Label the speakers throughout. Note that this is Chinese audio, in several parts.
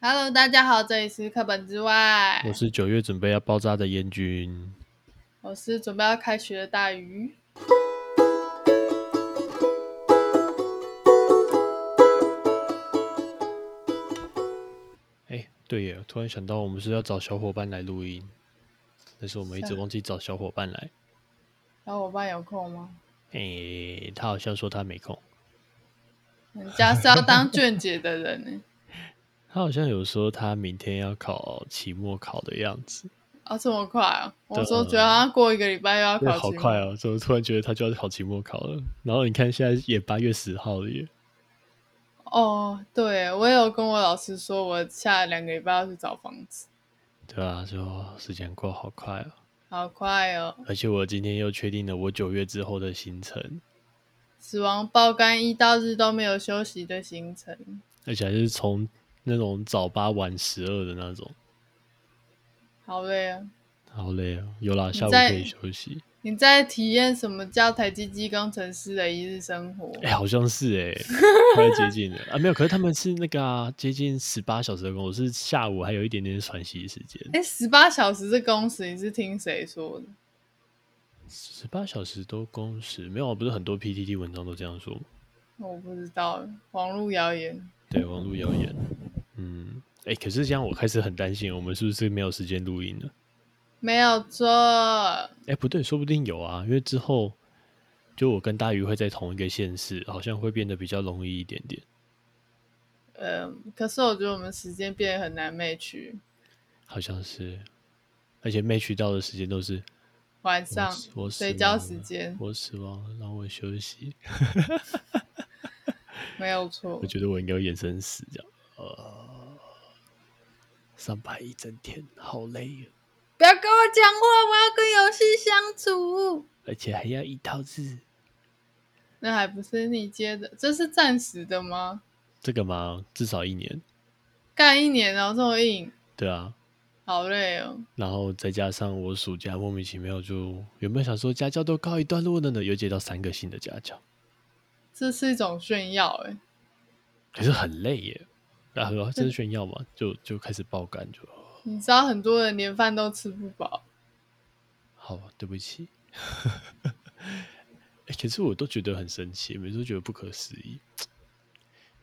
Speaker 1: Hello，大家好，这里是课本之外，
Speaker 2: 我是九月准备要爆炸的燕君。
Speaker 1: 我是准备要开学的大鱼。
Speaker 2: 哎、对耶，突然想到我们是要找小伙伴来录音，但是我们一直
Speaker 1: 是啊
Speaker 2: 忘记找小伙伴来。
Speaker 1: 小伙伴有空吗？
Speaker 2: 哎、他好像说他没空，
Speaker 1: 人家是要当卷姐的人呢、
Speaker 2: 他好像有说他明天要考期末考的样子。
Speaker 1: 啊，这么快啊！我
Speaker 2: 对
Speaker 1: 说觉得好像过一个礼拜又要
Speaker 2: 对，
Speaker 1: 考
Speaker 2: 好
Speaker 1: 期末
Speaker 2: 快！哦！怎么突然觉得他就要考期末考了？然后你看现在也八月十号了耶。
Speaker 1: 哦，对，我也有跟我老师说，我下两个礼拜要去找房子，
Speaker 2: 对啊，就时间过好快哦。
Speaker 1: 好快哦！
Speaker 2: 而且我今天又确定了我九月之后的行程，
Speaker 1: 死亡爆肝一到日都没有休息的行程，
Speaker 2: 而且还是从那种早八晚十二的那种。
Speaker 1: 好累啊！
Speaker 2: 好累哦，有啦，
Speaker 1: 你
Speaker 2: 下午
Speaker 1: 在
Speaker 2: 可以休息。
Speaker 1: 你在体验什么叫台积机工程师的一日生活？
Speaker 2: 哎、好像是哎、快接近了啊，没有，可是他们是那个啊，接近十八小时的工作，是下午还有一点点喘息时间。
Speaker 1: 哎，十八小时这工时，你是听谁说的？
Speaker 2: 十八小时都工时，没有啊，不是很多 PTT 文章都这样说吗。
Speaker 1: 我不知道，网络谣言。
Speaker 2: 对，网络谣言。嗯，哎、可是这样我开始很担心，我们是不是没有时间录音了？
Speaker 1: 没有错，
Speaker 2: 哎、不对，说不定有啊，因为之后就我跟大鱼会在同一个县市，好像会变得比较容易一点点。
Speaker 1: 呃，可是我觉得我们时间变得很难 match，
Speaker 2: 好像是，而且 match 到的时间都是
Speaker 1: 晚
Speaker 2: 我
Speaker 1: 上
Speaker 2: 死我死
Speaker 1: 睡觉
Speaker 2: 亡
Speaker 1: 时
Speaker 2: 了
Speaker 1: 间
Speaker 2: 我死亡了，让我休息。
Speaker 1: 没有错
Speaker 2: 我。觉得我应该会眼神死这样。呃，上班一整天，好累哦，
Speaker 1: 不要跟我讲话，我要跟游戏相处。
Speaker 2: 而且还要一套字。
Speaker 1: 那还不是你接的，这是暂时的吗？
Speaker 2: 这个嘛，至少一年，
Speaker 1: 干一年哦，这么硬，
Speaker 2: 对啊。
Speaker 1: 好累哦。
Speaker 2: 然后再加上我暑假莫名其妙就原本想说家教都告一段落了呢，又接到三个新的家教，
Speaker 1: 这是一种炫耀哎，
Speaker 2: 可是很累耶。然后这是炫耀嘛，就就开始爆肝，就
Speaker 1: 你知道很多人连饭都吃不饱，
Speaker 2: 好，对不起。 欸可是我都觉得很神奇，每次都觉得不可思议。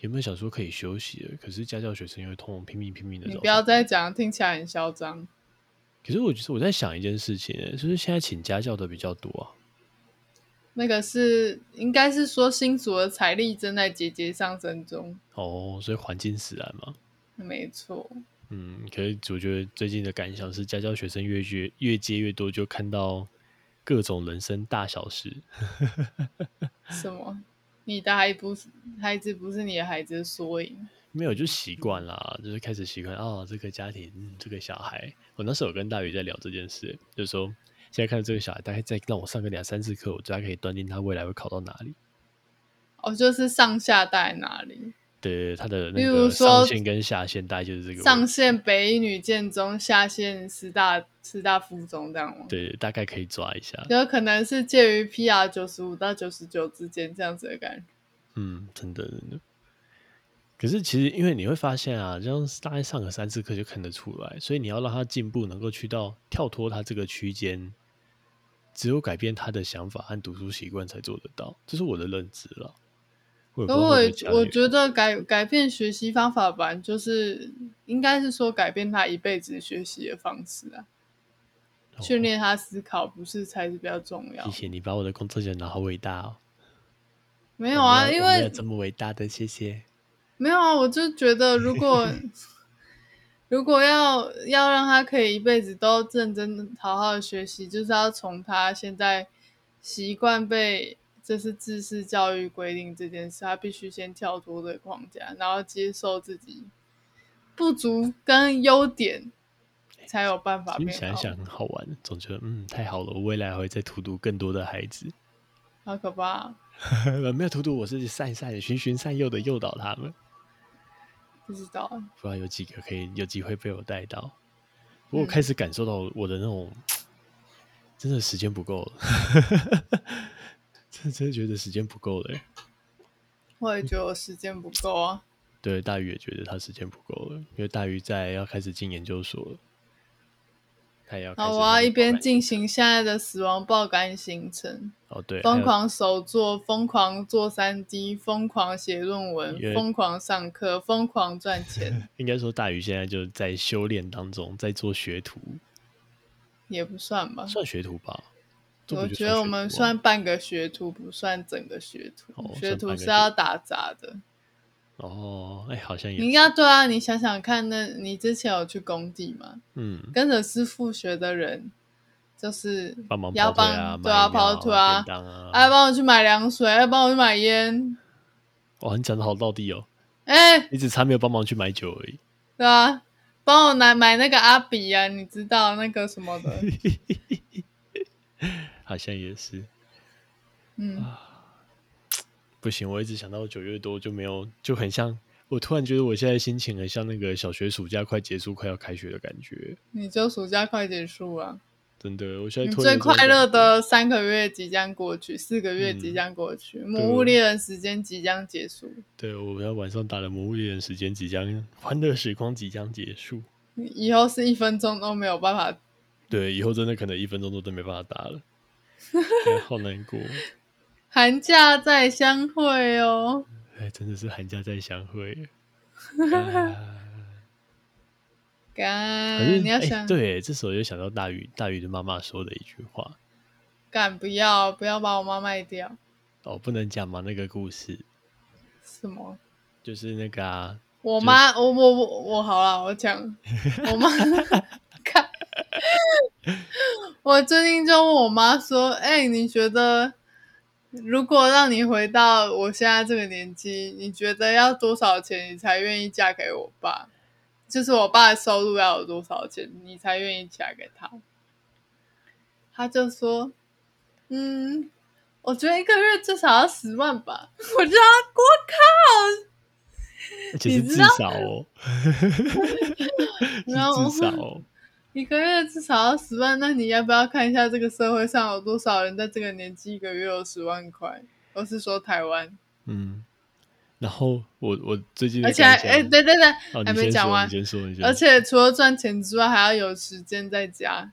Speaker 2: 原本想说可以休息了，可是家教学生又通通拼命拼命的
Speaker 1: 你
Speaker 2: 找
Speaker 1: 不要
Speaker 2: 上。
Speaker 1: 再讲，听起来很嚣张。
Speaker 2: 可是我就是我在想一件事情、欸，就是现在请家教的比较多啊。
Speaker 1: 那个是应该是说新竹的财力正在节节上升中，
Speaker 2: 哦，所以环境使然嘛。
Speaker 1: 没错。
Speaker 2: 嗯，可是我觉得最近的感想是，家教学生越接越接越多，就看到各种人生大小事。
Speaker 1: 什么？你的孩不是孩子，不是你的孩子的缩影。
Speaker 2: 没有，就
Speaker 1: 嗯
Speaker 2: 习惯啦，就是开始习惯哦，这个家庭，嗯，这个小孩。我那时候有跟大宇在聊这件事，就是说现在看到这个小孩，大概再让我上个两三次课，我大概可以断定他未来会考到哪里。
Speaker 1: 哦，就是上下带哪里？
Speaker 2: 对，他的
Speaker 1: 例
Speaker 2: 那
Speaker 1: 如
Speaker 2: 个
Speaker 1: 说
Speaker 2: 上限跟下限大概就是这个位
Speaker 1: 上
Speaker 2: 置，
Speaker 1: 线北一女建中，下线师大师大附中这样吗？
Speaker 2: 对，大概可以抓一下。
Speaker 1: 有可能是介于 PR 九十五到九十九之间这样子的感觉。
Speaker 2: 嗯，真的真的。可是其实因为你会发现啊，这样大概上个三次课就看得出来，所以你要让他进步，能够去到跳脱他这个区间，只有改变他的想法和读书习惯才做得到，这是我的认知了。我也不
Speaker 1: 可
Speaker 2: 知道会不会
Speaker 1: 我
Speaker 2: 讲
Speaker 1: 我
Speaker 2: 你
Speaker 1: 觉得改改变学习方法吧，就是应该是说改变他一辈子学习的方式啊，
Speaker 2: 哦
Speaker 1: 训练他思考，不是才是比较重要
Speaker 2: 谢。谢你把我的工作讲得好伟大哦。
Speaker 1: 没
Speaker 2: 没
Speaker 1: 有啊，因为
Speaker 2: 这么伟大的，谢谢。
Speaker 1: 没有啊，我就觉得如 果如果要要让他可以一辈子都认真地好好的学习，就是要从他现在习惯被这是自式教育规定这件事，他必须先跳脱这个框架，然后接受自己不足跟优点，才有办法
Speaker 2: 哎其
Speaker 1: 变
Speaker 2: 实
Speaker 1: 好。
Speaker 2: 想一想很好玩，总觉得嗯太好了，我未来还会再荼毒更多的孩子。
Speaker 1: 好可怕啊、
Speaker 2: 没有荼毒，我是善善循循善诱的诱导他们。
Speaker 1: 不知道啊
Speaker 2: 不知道有几个可以有机会被我带到。不过
Speaker 1: 嗯
Speaker 2: 我开始感受到我的那种，真的时间不够了， 真的真的觉得时间不够了欸。嗯
Speaker 1: 我也觉得我时间不够啊。
Speaker 2: 对大鱼也觉得他时间不够了，因为大鱼在要开始进研究所了，他也要开
Speaker 1: 好，
Speaker 2: 始他
Speaker 1: 哦
Speaker 2: 的
Speaker 1: 我要一边
Speaker 2: 导览
Speaker 1: 进行现在的死亡爆肝行程，
Speaker 2: 哦对，还
Speaker 1: 疯
Speaker 2: 有
Speaker 1: 狂手作，疯狂做三 D，疯狂写论文
Speaker 2: 也，
Speaker 1: 疯狂上课，疯狂赚 钱，
Speaker 2: 应该说大鱼现在就在修炼当中，在做学徒，
Speaker 1: 也不算吧。
Speaker 2: 算学徒吧？这不
Speaker 1: 啊我
Speaker 2: 就
Speaker 1: 觉得我们
Speaker 2: 学徒吗啊
Speaker 1: 算半个学徒，不算整个学徒。
Speaker 2: 哦
Speaker 1: 学
Speaker 2: 算半
Speaker 1: 徒
Speaker 2: 个
Speaker 1: 是
Speaker 2: 学
Speaker 1: 要
Speaker 2: 徒
Speaker 1: 打杂的。
Speaker 2: 哦，哎、好像也
Speaker 1: 你应
Speaker 2: 是
Speaker 1: 该对啊，你想想看那，你之前有去工地吗？
Speaker 2: 嗯，
Speaker 1: 跟着师傅学的人，就是
Speaker 2: 帮忙
Speaker 1: 要
Speaker 2: 跑腿
Speaker 1: 帮
Speaker 2: 啊，
Speaker 1: 对啊，
Speaker 2: 卖料
Speaker 1: 跑腿啊
Speaker 2: 便，当啊，
Speaker 1: 哎，帮我去买凉水，哎，帮我去买烟，
Speaker 2: 哇，你讲的好到底哦，
Speaker 1: 哎、
Speaker 2: 你只差没有帮忙去买酒而已。
Speaker 1: 对啊，帮我拿买那个阿比啊，你知道那个什么 的，
Speaker 2: 好像也是，
Speaker 1: 嗯，
Speaker 2: 不行，我一直想到九月多就没有，就很像。我突然觉得我现在心情很像那个小学暑假快结束、快要开学的感觉，
Speaker 1: 你就暑假快结束啊，
Speaker 2: 真的。我现
Speaker 1: 你
Speaker 2: 在突然
Speaker 1: 最
Speaker 2: 有这种
Speaker 1: 快乐
Speaker 2: 感觉
Speaker 1: 的三个月即将过去，四个月
Speaker 2: 嗯
Speaker 1: 即将过去，
Speaker 2: 对
Speaker 1: 魔物猎人》时间即将结束，
Speaker 2: 对，我们要晚上打的《魔物猎人》时间即将，欢乐时光即将结束。
Speaker 1: 以后是一分钟都没有办法
Speaker 2: 对，以后真的可能一分钟都都没办法 打了，哎好难过。
Speaker 1: 寒假再相会哦。
Speaker 2: 哎，真的是寒假再相会。 啊可是
Speaker 1: 嗯干，你要
Speaker 2: 哎
Speaker 1: 想、
Speaker 2: 对，这时候又想到大鱼，大鱼的妈妈说的一句话
Speaker 1: 干，不要不要把我妈卖掉。
Speaker 2: 哦，不能讲嘛，那个故事
Speaker 1: 什么？
Speaker 2: 就是那个啊，
Speaker 1: 我妈，我我我我好了，我讲，我妈看，我最近就问我妈说，哎、你觉得如果让你回到我现在这个年纪，你觉得要多少钱你才愿意嫁给我爸？就是我爸的收入要有多少钱，你才愿意嫁给他？他就说，嗯，我觉得一个月至少要十万吧。 我就要我靠！
Speaker 2: 其
Speaker 1: 你
Speaker 2: 实
Speaker 1: 知
Speaker 2: 至
Speaker 1: 道
Speaker 2: 少 哦，
Speaker 1: 然后
Speaker 2: 是至少哦，
Speaker 1: 一个月至少要十万，那你要不要看一下这个社会上有多少人在这个年纪一个月有十万块？我是说台湾，
Speaker 2: 嗯。然后我我最近在
Speaker 1: 而且
Speaker 2: 跟
Speaker 1: 还
Speaker 2: 一些
Speaker 1: 哎，
Speaker 2: 人
Speaker 1: 对对对，
Speaker 2: 哦，
Speaker 1: 还
Speaker 2: 你
Speaker 1: 没
Speaker 2: 先
Speaker 1: 讲
Speaker 2: 说，
Speaker 1: 完
Speaker 2: 你先说，你先
Speaker 1: 而
Speaker 2: 说
Speaker 1: 且呃除了赚钱之外，还要有时间在家。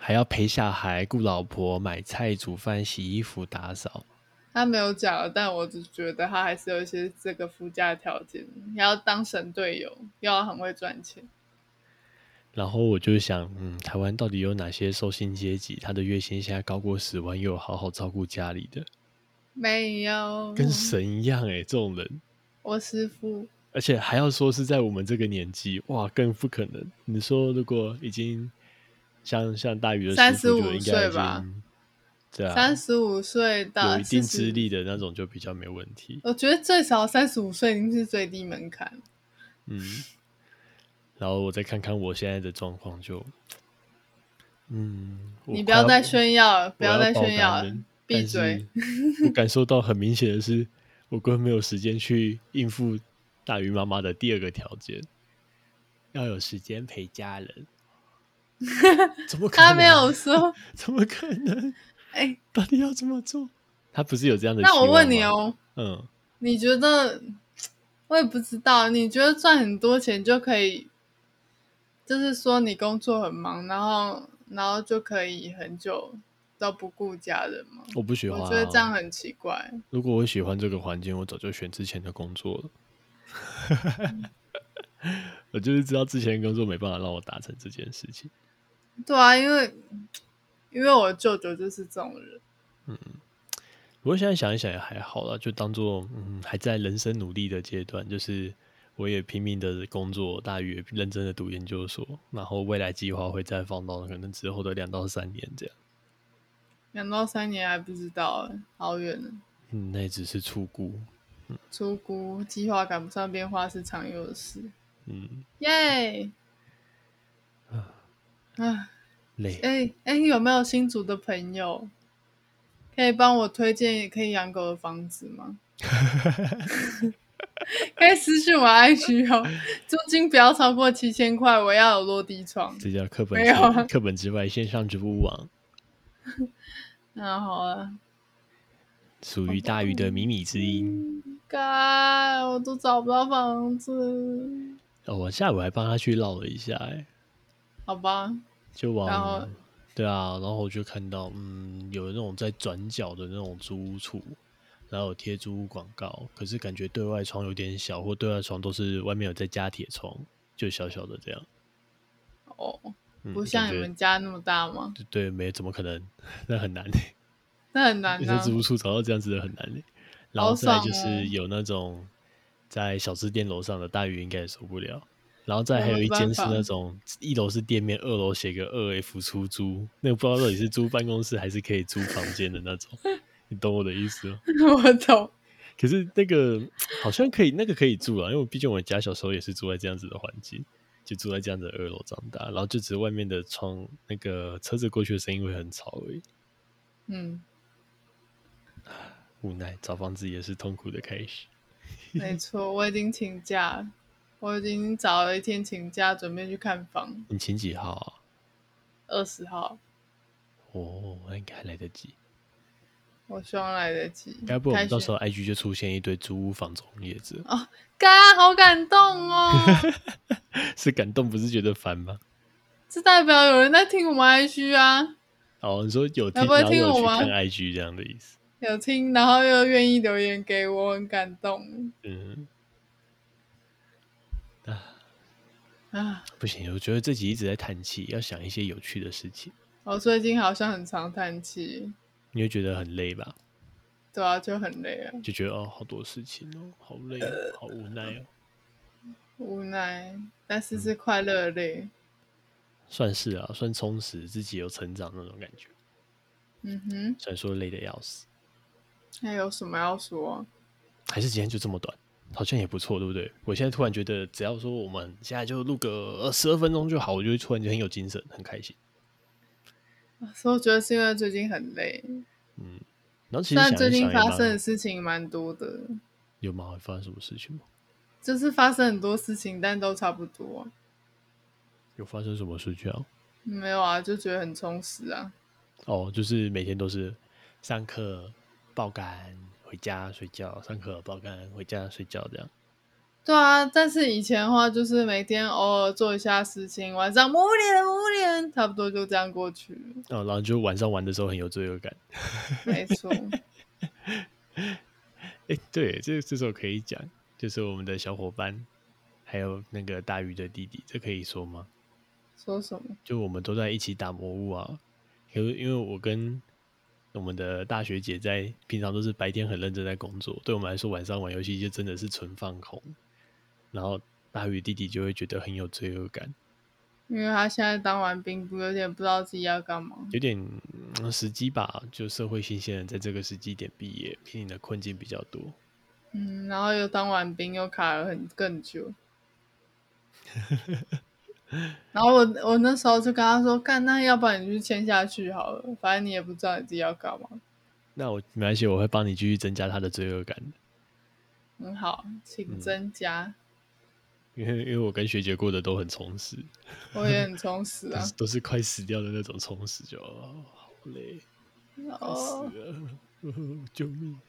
Speaker 2: 还要陪小孩、顾老婆、买菜、煮饭、洗衣服、打扫。
Speaker 1: 他没有讲了，但我只觉得他还是有一些这个附加条件，也要当神队友，又要很会赚钱。
Speaker 2: 然后我就想，嗯，台湾到底有哪些受薪阶级，他的月薪现在高过十万，又有好好照顾家里的，
Speaker 1: 没有，
Speaker 2: 跟神一样诶、这种人，
Speaker 1: 我师傅
Speaker 2: 而且还要说是在我们这个年纪，哇，更不可能。你说如果已经像像大鱼的
Speaker 1: 35
Speaker 2: 师傅就应该
Speaker 1: 岁
Speaker 2: 已
Speaker 1: 吧
Speaker 2: 经，对啊
Speaker 1: 三，十五岁到
Speaker 2: 有一定
Speaker 1: 40
Speaker 2: 资历的那种就比较没问题，
Speaker 1: 我觉得最少三十五岁已经是最低门槛了。
Speaker 2: 嗯。然后我再看看我现在的状况，就，嗯，我
Speaker 1: 你不
Speaker 2: 快
Speaker 1: 要再炫耀了，不
Speaker 2: 我要
Speaker 1: 再
Speaker 2: 爆
Speaker 1: 炫耀
Speaker 2: 肝
Speaker 1: 了
Speaker 2: 了，
Speaker 1: 闭嘴！。
Speaker 2: 但是我感受到很明显的是，我根本没有时间去应付大鱼妈妈的第二个条件，要有时间陪家人。怎么可 能？
Speaker 1: 他没有，说，
Speaker 2: 怎么可能？
Speaker 1: 哎、
Speaker 2: 到底要怎么做？他不是有这样的？
Speaker 1: 那我问你，哦，
Speaker 2: 嗯，
Speaker 1: 你觉得？我也不知道，你觉得赚很多钱就可以，就是说你工作很忙，然后然后就可以很久都不顾家人吗？
Speaker 2: 我不喜
Speaker 1: 我
Speaker 2: 欢、啊。
Speaker 1: 觉得这样很奇怪。
Speaker 2: 如果我喜欢这个环境，我早就选之前的工作了。 我就是知道之前的工作没办法让我达成这件事情。
Speaker 1: 对啊，因为因为我舅舅就是这种人，
Speaker 2: 不过现在想一想也还好啦，就当做嗯还在人生努力的阶段，就是我也拼命的工作，大约认真的读研究所，然后未来计划会再放到可能之后的两到三年这样。
Speaker 1: 两到三年还不知道、哎，好远呢。
Speaker 2: 嗯，那也只是初估。
Speaker 1: 出估计划赶不上变化是常有的事。
Speaker 2: 嗯，
Speaker 1: 耶！啊，
Speaker 2: 累。
Speaker 1: 哎哎，有没有新竹的朋友可以帮我推荐可以养狗的房子吗？ 可以私信我 IG 哦，租金不要超过七千块，我要有落地窗。
Speaker 2: 这叫课本
Speaker 1: 没有啊
Speaker 2: 之课本之外线上直播网。
Speaker 1: 那好了，
Speaker 2: 属于大鱼的靡靡之音。
Speaker 1: 该我都找不到房子，
Speaker 2: 哦，我下午还帮他去绕了一下、哎，
Speaker 1: 好吧，
Speaker 2: 就
Speaker 1: 然后
Speaker 2: 往对啊，然后我就看到，嗯，有那种在转角的那种租屋处，然后有贴租屋广告，可是感觉对外窗有点小，或对外窗都是外面有在加铁窗，就小小的这样，
Speaker 1: 哦，
Speaker 2: 嗯、
Speaker 1: 不像
Speaker 2: 感
Speaker 1: 你
Speaker 2: 觉
Speaker 1: 们家那么大吗？
Speaker 2: 对对，没怎么可能， 那很难、
Speaker 1: 那很难
Speaker 2: 你在
Speaker 1: 啊
Speaker 2: 租，屋处找到这样子的很难、欸然
Speaker 1: 好
Speaker 2: 后再来
Speaker 1: 爽
Speaker 2: 就
Speaker 1: 哦
Speaker 2: 是有那种在小吃店楼上的大鱼应该也受不了，然后再
Speaker 1: 那
Speaker 2: 还有
Speaker 1: 没
Speaker 2: 一
Speaker 1: 办
Speaker 2: 间是
Speaker 1: 法
Speaker 2: 那种一楼是店面，二楼写个二 F 出租，那个不知道到底 是租办公室还是可以租房间的那种， 你懂我的意思吗？
Speaker 1: 我懂。
Speaker 2: 可是那个好像可以，那个可以住啊，因为我毕竟我家小时候也是住在这样子的环境，就住在这样子的二楼长大，然后就只是外面的窗那个车子过去的声音会很吵而已。
Speaker 1: 嗯，
Speaker 2: 无奈找房子也是痛苦的开始。
Speaker 1: 没错，我已经请假了，我已经找了一天请假，准备去看房。
Speaker 2: 你请几号啊？
Speaker 1: 二十号，
Speaker 2: 哦，那应该还来得及。
Speaker 1: 我希望来得及。
Speaker 2: 该不会我
Speaker 1: 开
Speaker 2: 们到
Speaker 1: 学嗯
Speaker 2: 时候 IG 就出现一堆租屋房从业者，
Speaker 1: 嘎，好感动哦！
Speaker 2: 是感动不是觉得烦吗？
Speaker 1: 这代表有人在听我们 IG 啊，
Speaker 2: 哦，你说有听，
Speaker 1: 该不会
Speaker 2: 然后
Speaker 1: 听
Speaker 2: 有
Speaker 1: 我
Speaker 2: 去
Speaker 1: 吗
Speaker 2: 看 IG 这样的意思。
Speaker 1: 有听，然后又愿意留言给我，很感动
Speaker 2: 嗯，
Speaker 1: 啊！
Speaker 2: 不行，我觉得自己一直在叹气，要想一些有趣的事情，
Speaker 1: 我最近好像很常叹气，
Speaker 2: 你会觉得很累吧？
Speaker 1: 对啊，就很累啊，
Speaker 2: 就觉得哦，好多事情哦，好累哦，
Speaker 1: 呃
Speaker 2: 好无奈哦，
Speaker 1: 无奈，但是
Speaker 2: 嗯
Speaker 1: 是快乐的累。
Speaker 2: 算是啊，算充实自己有成长那种感觉。
Speaker 1: 嗯哼，
Speaker 2: 虽然说累的要死，
Speaker 1: 还有什么要说啊、
Speaker 2: 还是今天就这么短，好像也不错，对不对？我现在突然觉得，只要说我们现在就录个十二分钟就好，我就会突然就很有精神，很开心。
Speaker 1: 所以我觉得是因为最近很累，
Speaker 2: 嗯，然后其实想
Speaker 1: 但
Speaker 2: 一
Speaker 1: 最
Speaker 2: 想
Speaker 1: 近
Speaker 2: 也
Speaker 1: 发
Speaker 2: 蛮
Speaker 1: 生的事情蛮多的，
Speaker 2: 有吗？发生什么事情吗？
Speaker 1: 就是发生很多事情，但都差不多。
Speaker 2: 有发生什么事情啊？
Speaker 1: 没有啊，就觉得很充实啊。
Speaker 2: 哦，就是每天都是上课爆肝，回家睡觉，上课爆肝，回家睡觉这样。
Speaker 1: 对啊，但是以前的话就是每天偶尔做一下事情，晚上摸脸摸脸，差不多就这样过去了。
Speaker 2: 哦，然后就晚上玩的时候很有罪恶感。
Speaker 1: 没错，
Speaker 2: 哎，对，这这时候可以讲，就是我们的小伙伴，还有那个大鱼的弟弟，这可以说吗？
Speaker 1: 说什么？
Speaker 2: 就我们都在一起打魔物啊。可是因为我跟我们的大学姐在平常都是白天很认真在工作，对我们来说晚上玩游戏就真的是纯放空。然后大鱼弟弟就会觉得很有罪恶感，
Speaker 1: 因为他现在当完兵，不有点不知道自己要干嘛。
Speaker 2: 有点嗯时机吧，就社会新鲜人在这个时机点毕业，面临的困境比较多。
Speaker 1: 嗯，然后又当完兵，又卡了很更久。然后我我那时候就跟他说：“干，那要不然你就签下去好了，反正你也不知道你自己要干嘛。
Speaker 2: 那我没关系，我会帮你继续增加他的罪恶感的。”
Speaker 1: 很嗯好，请增加，
Speaker 2: 因为因为我跟学姐过得都很充实，
Speaker 1: 我也很充实
Speaker 2: 都
Speaker 1: 啊
Speaker 2: 是。都是快死掉的那种充实，就、哦、好累，快
Speaker 1: 哦，
Speaker 2: 死了，救命！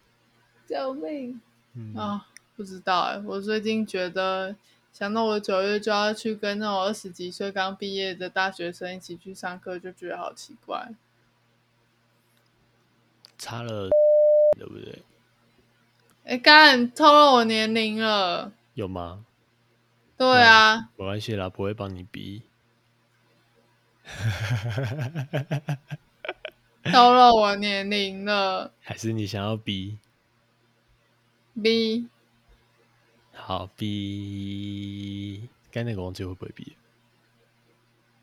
Speaker 1: 救命！
Speaker 2: 嗯，
Speaker 1: 啊，不知道哎、我最近觉得想到我九月就要去跟那种二十几岁刚毕业的大学生一起去上课，就觉得好奇怪。
Speaker 2: 差了，对不对？
Speaker 1: 哎、干，你透露我年龄了。
Speaker 2: 有吗？
Speaker 1: 对啊，
Speaker 2: 没关系啦，不会帮你逼。
Speaker 1: 透露我年龄了。
Speaker 2: 还是你想要逼？
Speaker 1: B，
Speaker 2: 好逼，刚才那个忘记会不会逼？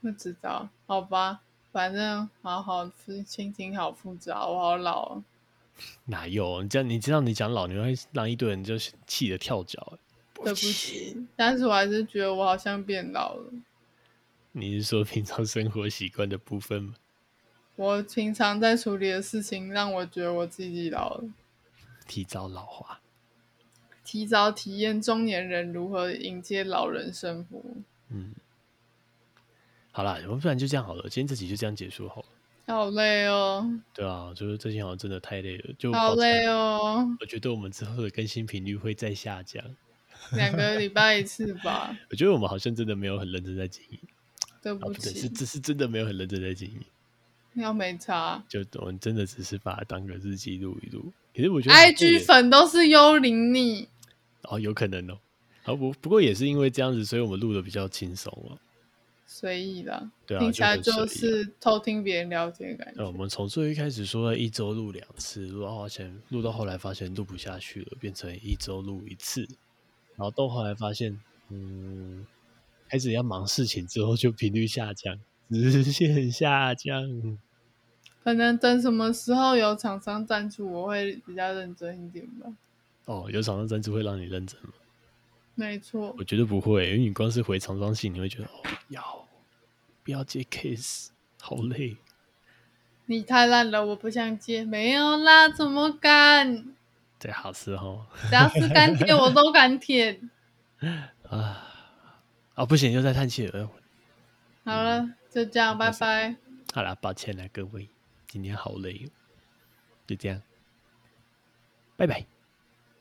Speaker 1: 不知道，好吧，反正好好复心情好复杂，我好老、哦。
Speaker 2: 哪有？你这样，你知道你讲老，你会让一堆人就是气得跳脚、欸。
Speaker 1: 对不起，但是我还是觉得我好像变老了。
Speaker 2: 你是说平常生活习惯的部分吗？
Speaker 1: 我平常在处理的事情，让我觉得我自己老了。
Speaker 2: 提早老化，
Speaker 1: 提早体验中年人如何迎接老人生活。
Speaker 2: 嗯。好啦，我们不然就这样好了，今天这集就这样结束好了。
Speaker 1: 好累哦，
Speaker 2: 对啊，就是最近好像真的太累了，就
Speaker 1: 好
Speaker 2: 保持
Speaker 1: 累。哦，
Speaker 2: 我觉得我们之后的更新频率会再下降。
Speaker 1: 两个礼拜一次吧，
Speaker 2: 我觉得我们好像真的没有很认真在经营
Speaker 1: 对
Speaker 2: 啊，
Speaker 1: 不
Speaker 2: 不对，是
Speaker 1: 起，
Speaker 2: 这是真的没有很认真在经营，
Speaker 1: 要没差。
Speaker 2: 就我们真的只是把它当个日记录一录。可是我觉得好像
Speaker 1: IG
Speaker 2: 也
Speaker 1: 粉都是幽灵你，
Speaker 2: 哦，有可能哦。啊不，不过也是因为这样子，所以我们录的比较轻松哦。
Speaker 1: 随意啦，
Speaker 2: 对啊
Speaker 1: 听起来
Speaker 2: 就
Speaker 1: 就
Speaker 2: 很随意
Speaker 1: 是偷听别人聊天的感
Speaker 2: 那呃我
Speaker 1: 觉。
Speaker 2: 们从最一开始说的一周录两次，录到发现录到后来发现录不下去了，变成一周录一次，然后到后来发现，嗯，开始要忙事情之后就频率下降，直线下降。
Speaker 1: 可能等什么时候有厂商赞助，我会比较认真一点吧。
Speaker 2: 哦，有厂商赞助会让你认真吗？
Speaker 1: 没错
Speaker 2: 我，觉得不会，因为你光是回厂商信，你会觉得哦，要不要接 case，好累。
Speaker 1: 你太烂了，我不想接。没有啦，怎么敢？
Speaker 2: 对，好事哈
Speaker 1: 只要是干爹，我都敢舔。
Speaker 2: 啊啊，不行，又在叹气了。
Speaker 1: 好了，就这样，拜拜。
Speaker 2: 好啦，抱歉啦，各位，今天好累哦，就这样，拜拜。